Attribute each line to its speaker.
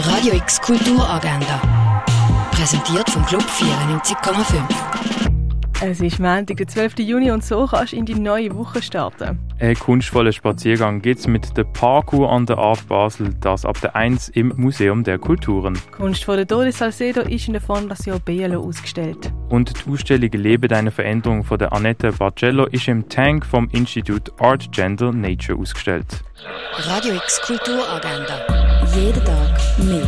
Speaker 1: Radio X Kulturagenda. Präsentiert vom Club 94,5.
Speaker 2: Es ist Montag, der 12. Juni und so kannst du in die neue Woche starten.
Speaker 3: Einen kunstvollen Spaziergang gibt es mit der Parkour an der Art Basel, das ab der 1 im Museum der Kulturen.
Speaker 2: Kunst von der Doris Salcedo ist in der Fondation Bielo ausgestellt.
Speaker 3: Und die Ausstellung Lebe deine Veränderung von der Annette Barcello ist im Tank vom Institut Art Gender Nature ausgestellt.
Speaker 1: Radio X Kulturagenda. Jeden Tag mehr.